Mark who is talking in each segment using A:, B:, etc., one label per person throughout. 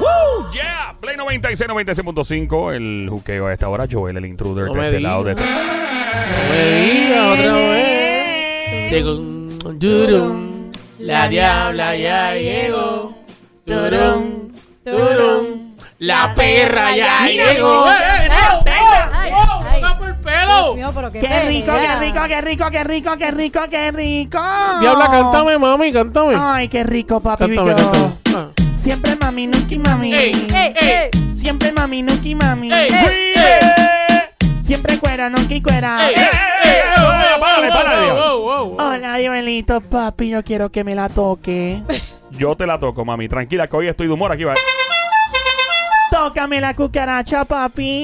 A: ¡Woo! ¡Yeah! Play 96, 96.5. El juqueo a esta hora. Joel, el intruder.
B: No
A: de
B: me
A: este lado de
B: digas. Me diga otra vez. Llegó, turum, la diabla ya llegó. Turum, turum, la perra ya
C: Mira,
B: llegó.
C: mira,
B: ¡Eh,
C: mira,
B: no,
C: mira,
B: no,
C: ay,
B: no,
C: ay.
B: no, por el
C: Dios
B: pelo!
C: mío, pero qué,
D: Qué rico, qué
C: pelea.
D: rico, qué rico, qué rico, qué rico, qué rico.
B: Diabla, cántame, mami, cántame.
D: Ay, qué rico, papi.
B: Cántame,
D: rico.
B: cántame. Ah.
D: Siempre mami, nuki mami.
B: Ey,
C: Ey,
B: ey,
C: ey,
D: Siempre mami, nuki mami.
B: ey, ey,
D: Siempre cuera, nuki cuera.
B: ey, ey, oh, oh,
A: Párale,
B: oh,
A: párale,
B: oh,
A: Dios.
B: oh, oh, oh.
D: Hola, Diabelito, papi, yo quiero que me la toque.
A: Yo te la toco, mami. Tranquila, que hoy estoy de humor. Aquí va.
D: Tócame la cucaracha, papi.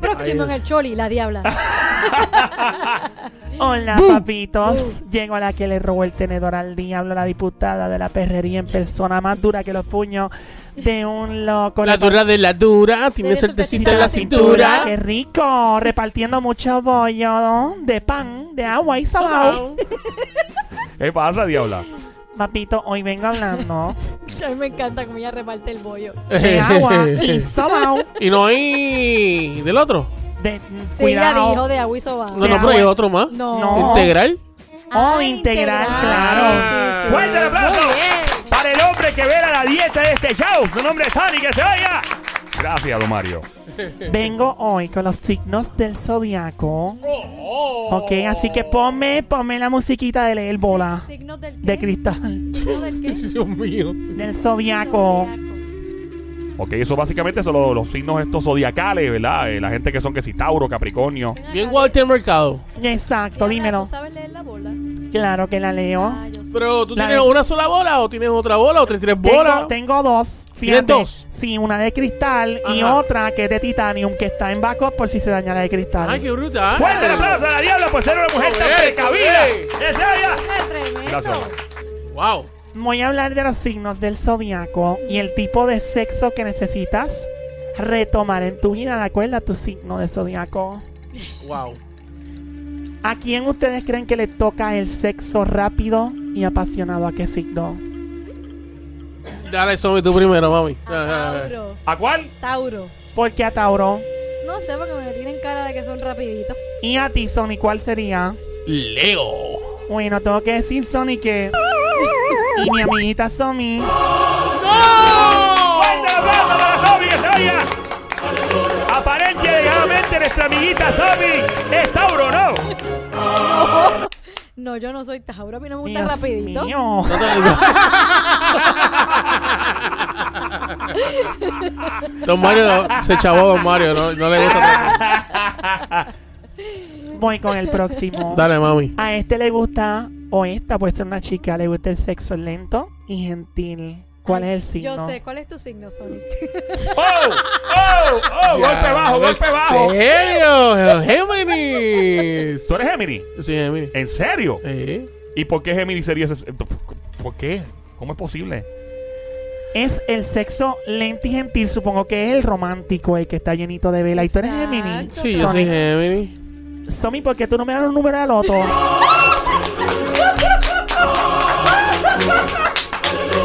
C: Próximo en el choli, la diabla.
D: Hola, papitos. Llego a la que le robó el tenedor al diablo, la diputada de la perrería en persona, más dura que los puños de un loco.
B: La dura de la dura, tienes el
C: Tiene tu
B: tecito
C: tecito
B: en la cintura.
D: ¡Qué rico! Repartiendo mucho bollo de pan, de agua y sabao.
A: ¿Qué pasa, diabla?
D: Papito, hoy vengo hablando
C: A mí me encanta como ella reparte el bollo.
D: de agua y sabao.
B: Y no hay del otro.
D: De,
C: Sí, ella dijo
D: cuidado.
C: de agua y sobao.
B: No, no, pero hay otro más.
C: No.
D: No.
B: Integral.
D: Oh,
C: Ah,
D: integral,
B: Ah.
D: claro.
A: ¡Fuerte el aplauso!
C: Muy bien.
A: Para el hombre que vela la dieta de este show. Su nombre es Tony, que se vaya. Gracias, don Mario.
D: Vengo hoy con los signos del zodiaco. Ok, así que ponme, ponme la musiquita de leer bola.
C: ¿Signos del qué?
D: De cristal.
C: ¿Signos del qué?
B: Dios mío.
D: Del zodiaco.
A: Ok, eso básicamente son los, los signos estos zodiacales, ¿verdad? Eh, la gente que son que si Tauro, Capricornio.
B: Bien Walter Mercado.
D: Exacto,
C: Diabla,
D: dímelo.
C: ¿Tú sabes leer la bola?
D: Claro que la leo.
C: Ah, yo sé.
B: Pero tú
D: La
B: tienes
D: de-
B: una sola bola o tienes otra bola o tienes tres bolas.
D: Tengo, tengo dos.
B: ¿Tienes
D: Fíjate.
B: dos?
D: Sí, una de cristal y
B: Ajá.
D: otra que es de titanium que está en backup por si se daña la de cristal.
B: Ay, qué bruta. ¿ah?
A: ¡Fuerte el aplauso a la diabla por ser una mujer tan
B: Sobre eso,
A: precavida!
B: sí.
A: ¡Que se vaya!
C: ¡Qué tremendo!
A: Gracias, Omar.
B: Wow.
D: Voy a hablar de los signos del zodiaco y el tipo de sexo que necesitas retomar en tu vida de acuerdo a tu signo de zodiaco.
B: Wow.
D: ¿A quién ustedes creen que le toca el sexo rápido y apasionado? ¿A qué signo?
B: Dale, Somi, tú primero, mami. Dale, dale, dale.
C: Tauro.
A: ¿A cuál?
C: Tauro.
D: Porque a Tauro
C: No sé, porque me tienen cara de que son rapiditos.
D: y a ti, Sony, ¿cuál sería?
B: Leo.
D: Bueno, tengo que decir, Sony, que. Y mi amiguita Sony.
A: ¡Fuerte el aplauso para Tommy, que se vaya! Aparente y alegadamente nuestra amiguita Tommy es Tauro, ¿no?
C: No, yo no soy Tauro. A mí no me gusta
D: Dios
C: rapidito.
D: mío.
B: Don Mario no- se chavó Don Mario, no, no le gusta. tanto.
D: Voy con el próximo.
B: Dale, mami.
D: A este le gusta, o esta puede ser una chica, le gusta el sexo lento y gentil. ¿Cuál es el signo?
C: Yo sé. ¿Cuál es tu signo, Sonic?
A: ¡Oh! ¡Oh! ¡Oh! ¡Golpe bajo! ¡Golpe bajo!
B: ¿En serio? Géminis.
A: ¿Tú eres Gemini?
B: Sí, Géminis.
A: ¿En serio?
B: Eh.
A: ¿Y por qué Gemini sería ese? ¿Por qué? ¿Cómo es posible?
D: Es el sexo lento y gentil, supongo que es el romántico, el que está llenito de vela. ¿Y tú eres
C: Exacto.
D: Gemini?
B: Sí, yo soy Géminis.
D: Somi, ¿por qué tú no me das los números al otro?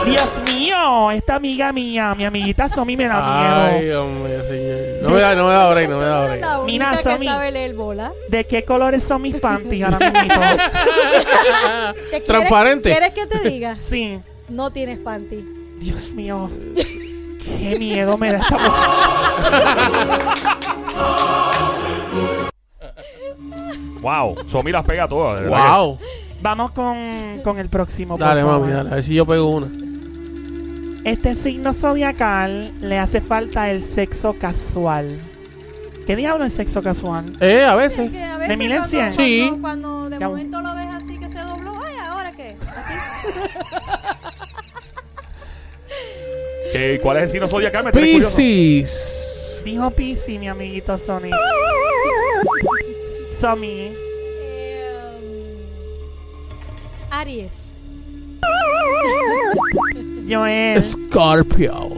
D: Dios mío, esta amiga mía, mi amiguita Somi me da
B: Ay,
D: miedo.
B: hombre, señor. No me da, no me da break, no me da break.
C: La única
D: Mira,
C: que
D: Somi.
C: sabe leer bola.
D: ¿De qué colores son mis panties ahora mismo?
C: ¿Te quieres-
B: Transparente.
C: ¿Quieres que te diga?
D: Sí.
C: No tienes panty.
D: Dios mío. Qué miedo me da esta mujer.
A: ¡Wow! Somi las pega todas. de verdad
B: Wow.
D: Vamos con, con el próximo. por
B: Dale,
D: favor.
B: mami, dale. A ver si yo pego una.
D: Este signo zodiacal le hace falta el sexo casual. ¿Qué diablo es sexo casual?
B: Eh, a veces.
C: Que a veces
D: mil en
C: cuando-
D: cien?
C: cuando-
B: Sí.
C: Cuando de
D: Ya.
C: momento lo ves así que se dobló, ay, ¿ahora qué?
A: que- ¿Qué- ¿Cuál es el signo zodiacal? Me estoy curioso.
B: Pisces.
D: Dijo Pisi, mi amiguito Sony. Somi.
C: Eh, Aries.
D: Joel.
B: Scorpio.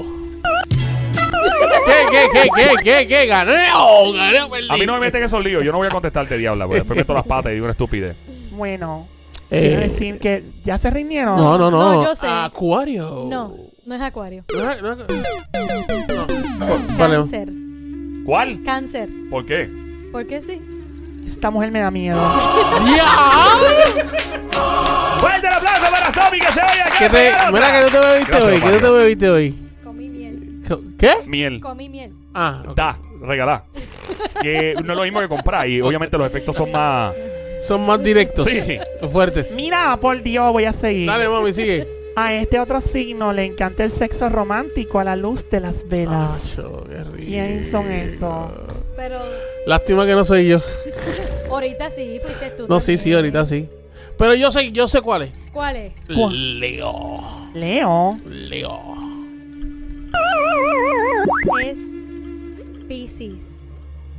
B: ¿Qué, qué, qué, qué, qué, qué? Gané, oh, gané, perdí.
A: A mí no me meten esos líos. Yo no voy a contestarte, diabla. Porque después meto las patas y digo una estupidez.
D: Bueno, Quiero
B: Eh,
D: decir que ya se rindieron.
B: no, no, no.
C: No, yo sé.
B: Acuario.
C: No, no es acuario.
B: No, no, no. Cu- ¿Cuál es?
C: Cáncer.
A: ¿Cuál?
C: Cáncer.
A: ¿Por qué?
C: ¿Por qué sí?
D: Esta mujer me da miedo.
B: ¡Diablo!
A: ¡Fuerte el aplauso para Tommy que se vaya!
B: ¿Qué te, mira que tú te bebiste
A: Gracias,
B: hoy. ¿Qué tú te
A: Mario.
B: bebiste hoy?
C: Comí miel.
B: ¿Qué?
A: Miel.
C: Comí miel.
B: Ah, ok.
A: Da, regalá. Que no es lo mismo que comprar y obviamente los efectos son más...
B: son más directos.
A: Sí.
B: Fuertes.
D: Mira, por Dios, voy a seguir.
B: Dale, mami, sigue.
D: A este otro signo le encanta el sexo romántico a la luz de las velas.
B: Acho, qué rico.
D: ¿Quién son esos?
C: Pero
B: Lástima que no soy yo.
C: ahorita sí, fuiste tú.
B: No, sí, sí, ahorita sí. Pero yo sé, yo sé cuál es.
C: ¿Cuál es?
D: ¿Cuál?
B: Leo.
D: Leo.
B: Leo.
C: Es Pisces.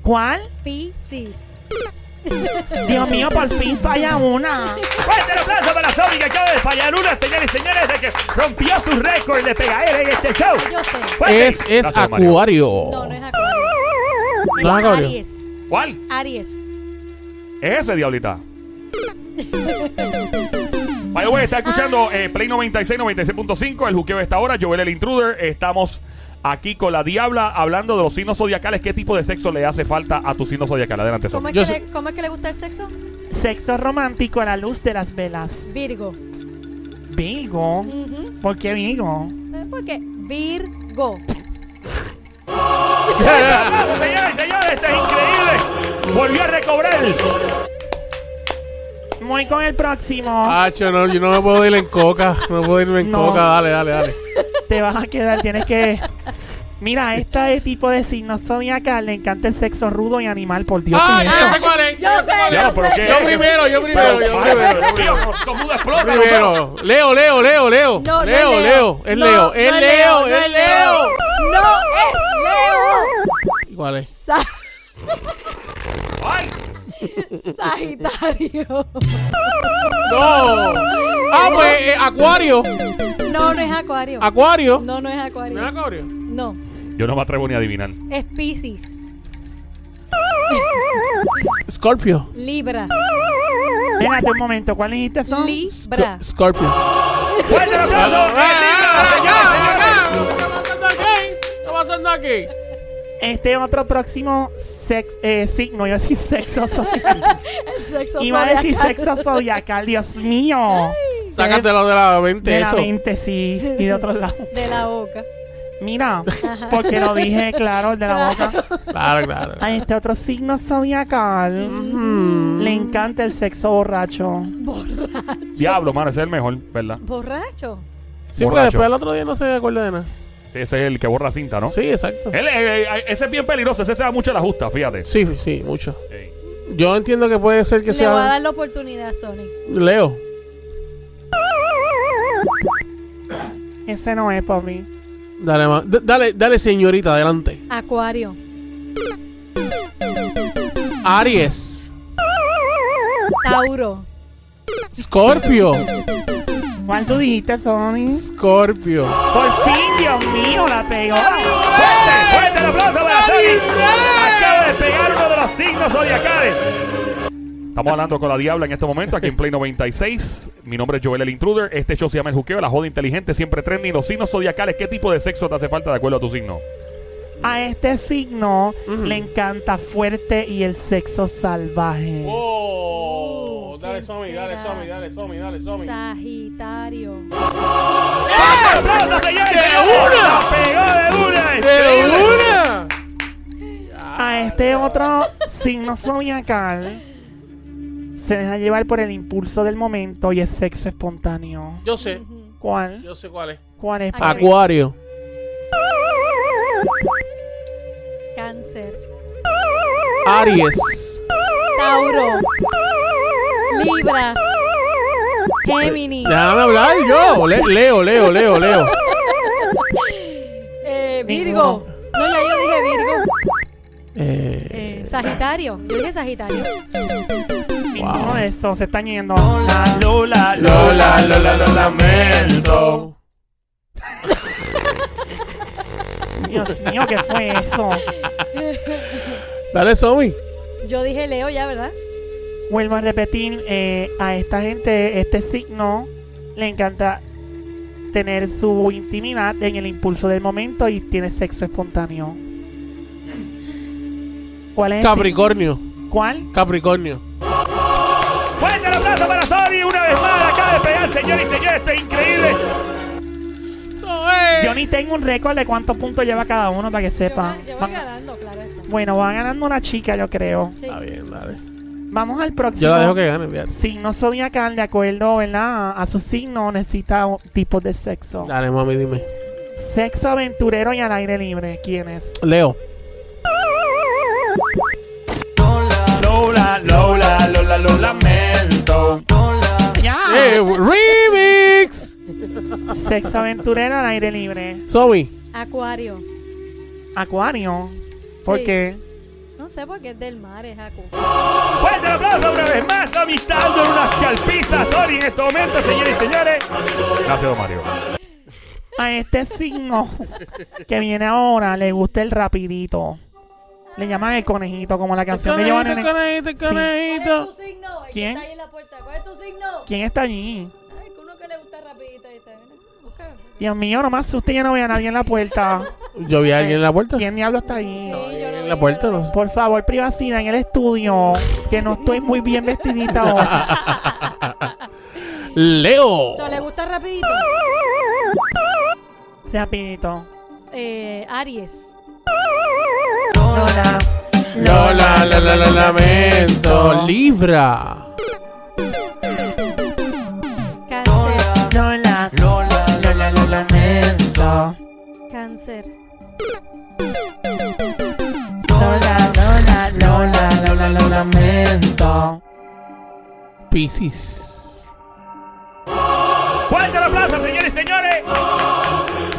D: ¿Cuál?
C: Pisces.
D: Dios mío, por fin falla una.
A: ¡Fuerte el aplauso para Tommy que acaba de fallar una, señores y señores, de que rompió su récord de pegadera en este show!
C: Yo sé.
A: ¡Fuerte!
B: Es, es
A: Gracias, Mario.
B: Acuario.
C: No, no es acuario.
B: Oh. ¿No es Acuario?
C: Aries.
A: ¿Cuál?
C: Aries.
A: Es ese, diablita. By the way, está escuchando eh, Play 96, 96.5, el juqueo de esta hora, Joel el Intruder. Estamos aquí con la Diabla hablando de los signos zodiacales. ¿Qué tipo de sexo le hace falta a tu signo zodiacal? Adelante,
C: ¿Cómo
A: Sonia.
C: es,
B: Yo
C: que
B: sé-
C: le, cómo es que le gusta el sexo?
D: Sexo romántico a la luz de las velas.
C: Virgo.
D: Virgo.
C: Ujú.
D: ¿Por qué Virgo?
C: Eh, ¿Por qué? Virgo.
A: ¡Aplausos, señores, señores! ¡Esto es increíble! ¡Volvió a recobrar!
D: Voy con el próximo.
B: Acho, no, yo no me puedo ir en coca. No puedo irme en
D: No.
B: coca. Dale, dale, dale.
D: Te vas a quedar, tienes que. Mira, esta de tipo de signo zodiacal le encanta el sexo rudo y animal, por Dios.
B: ¡Ah,
D: ¿qué es
B: ya
D: esto?
B: sé cuál es!
C: Yo
B: ya sé
C: sé,
B: cuál es.
A: Ya, pero ¿qué?
B: Yo primero, yo primero,
A: Pero,
B: yo
A: para,
B: primero.
A: Dios mío, son mudas, explótalo,
B: Primero, Leo, Leo, Leo, Leo.
C: No, no
B: Leo,
C: es
B: Leo, es
C: No,
B: Leo,
C: no
B: es Leo, es Leo.
C: No es Leo.
B: ¿Cuál es?
C: Sa-
A: pero- ¡Ay!
C: Sagitario.
B: No. Ah, pues eh, Acuario,
C: No, no es acuario.
B: Acuario.
C: No, no es
B: ¿No
C: acuario.
B: es Acuario?
C: No.
A: Yo no me atrevo ni a adivinar.
C: Es Pisces.
B: Scorpio.
C: Libra.
D: Espérate un momento, ¿cuál dijiste son?
C: Libra.
B: Sc- Scorpio. Eh,
A: ¡Fuerte el aplauso!
B: ¿Qué pasando aquí?
D: Este otro próximo sex- eh, signo, yo decir sexo zodiacal.
C: Sexo
D: Iba a decir
C: zodiacal.
D: sexo zodiacal, Dios mío.
B: Sácatelo de la
D: De
B: mente
D: la
B: eso.
D: mente, sí, y de otro lado.
C: De la boca.
D: Mira, porque lo dije, claro, el de la boca.
B: Claro, claro.
D: A este otro signo zodiacal
B: Mm.
D: le encanta el sexo borracho.
A: Diablo, mano, ese es el mejor, ¿verdad?
C: Borracho.
B: Sí, porque
A: Borracho.
B: después el otro día no se acuerda de nada.
A: Sí, Ese es el que borra cinta, ¿no?
B: Sí, exacto.
A: Él, eh, eh, ese es bien peligroso, ese se da mucho a la justa, fíjate.
B: Sí, sí, mucho.
A: Ey.
B: Yo entiendo que puede ser que
C: Le voy
B: sea
C: a dar la oportunidad a Sony.
B: Leo.
D: Ese no es para mí.
B: Dale, ma- d- dale, dale, señorita, adelante.
C: Acuario.
B: Aries.
C: Tauro.
B: Scorpio.
D: ¿Cuál tú dijiste, Sony?
B: Scorpio.
D: Por fin, Dios mío, la pegó.
A: ¡Fuerte, fuerte el aplauso para Sony! Acaba de pegar uno de los signos zodiacales. Estamos hablando con la Diabla en este momento, aquí en Play 96. Mi nombre es Joel el Intruder. Este show se llama El Juqueo, la joda inteligente, siempre trending. Los signos zodiacales, ¿qué tipo de sexo te hace falta de acuerdo a tu signo?
D: A este signo le encanta fuerte y el sexo salvaje.
B: Oh,
C: Uh, ¿quién será?
B: dale, Somi, dale,
C: Sagitario.
A: ¡Fuerte el aplauso, señores!
B: ¡De una!
A: ¡La pegó de una!
B: ¡De
A: Increíble.
B: una!
D: A este otro signo zodiacal se deja llevar por el impulso del momento y el sexo espontáneo.
B: Yo sé,
D: ¿Cuál?
B: yo sé cuál es.
D: ¿Cuál es? papi?
B: Acuario.
C: Cáncer.
B: Aries.
C: Tauro. Libra. Géminis.
B: Déjame hablar yo. Le- Leo, Leo, Leo, Leo.
C: Eh, Virgo. No, ya yo dije Virgo.
B: Eh,
C: Eh, Sagitario. Yo dije Sagitario.
D: Ninguno de esos se están yendo. La Lola,
B: Lola, Lola, lo lamento.
D: Dios mío, ¿qué fue eso?
B: Dale, Somi.
C: Yo dije Leo ya, ¿verdad?
D: Vuelvo a repetir, eh, a esta gente, este signo, le encanta tener su intimidad en el impulso del momento y tiene sexo espontáneo. ¿Cuál es? el
B: Capricornio.
D: signo? ¿Cuál?
B: Capricornio.
A: Fuerte el aplauso para Sony una vez más. Acaba de pegar, señores y señores. Esto es increíble.
D: Yo ni tengo un récord de cuántos puntos lleva cada uno para que sepa.
C: Yo, voy
D: Van-
C: ganando, claro. esto.
D: bueno, va ganando una chica, yo creo.
C: Sí.
B: Está bien, dale.
D: Vamos al próximo.
B: Yo la dejo que gane, fíjate.
D: Signo zodiacal, de acuerdo, ¿verdad? A su signo necesita o- tipos de sexo.
B: Dale, mami, dime.
D: Sexo aventurero y al aire libre. ¿Quién es?
B: Leo.
A: Lola, Lola, Lola, lo lamento.
D: ¡Ya!
B: Eh, uh. remix.
D: Sexo aventurero al aire libre.
B: Somi.
C: Acuario.
D: Acuario. ¿Por
C: Sí.
D: qué?
C: No sé por qué es del mar, es acu.
A: Fuerte el aplauso una vez más. Tommy está dando unas calpistas, Tony, en este momento, señores y señores. Gracias, don Mario.
D: A este signo que viene ahora le gusta el rapidito. Le llaman el conejito, como la canción de Giovanni.
B: Conejito, conejito,
C: ¿Cuál es
B: conejito.
C: tu signo? El que
D: ¿Quién?
C: está ahí en la puerta. ¿Cuál es tu signo?
D: ¿Quién está allí?
C: Ay, que uno que le gusta rapidito ahí está. Mira, busca.
D: Dios mío, no me asuste, ya no veo a nadie en la puerta.
B: Yo vi a alguien en la puerta.
D: ¿Quién diablo está ahí?
C: yo lo
B: en
C: vi,
B: la puerta,
C: yo lo
B: no
C: vi.
B: sé.
D: Por favor, privacidad en el estudio, que no estoy muy bien vestidita hoy.
B: Leo.
C: So, ¿Le gusta rapidito?
D: Rapidito.
C: Eh, Aries.
D: Lola.
B: Lola, la, la, la, lamento. Libra.
C: Cáncer.
D: Lola. Lola, Lola, lo lamento.
C: Cáncer.
D: Lola, Lola, Lola, Lola, lo lamento.
B: Piscis.
A: Fuerte el aplauso, señores y señores.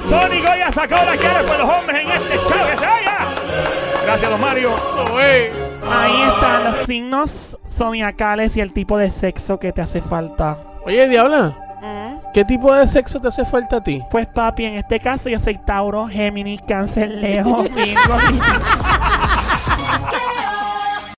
A: Tony Goya sacó la cara por los hombres en este show. ¡Que se oiga! Gracias, don Mario.
D: Ahí están los signos zodiacales y el tipo de sexo que te hace falta.
B: Oye, Diabla,
D: Mm.
B: ¿qué tipo de sexo te hace falta a ti?
D: Pues papi, en este caso yo soy Tauro, Géminis, Cáncer, Leo, Virgo.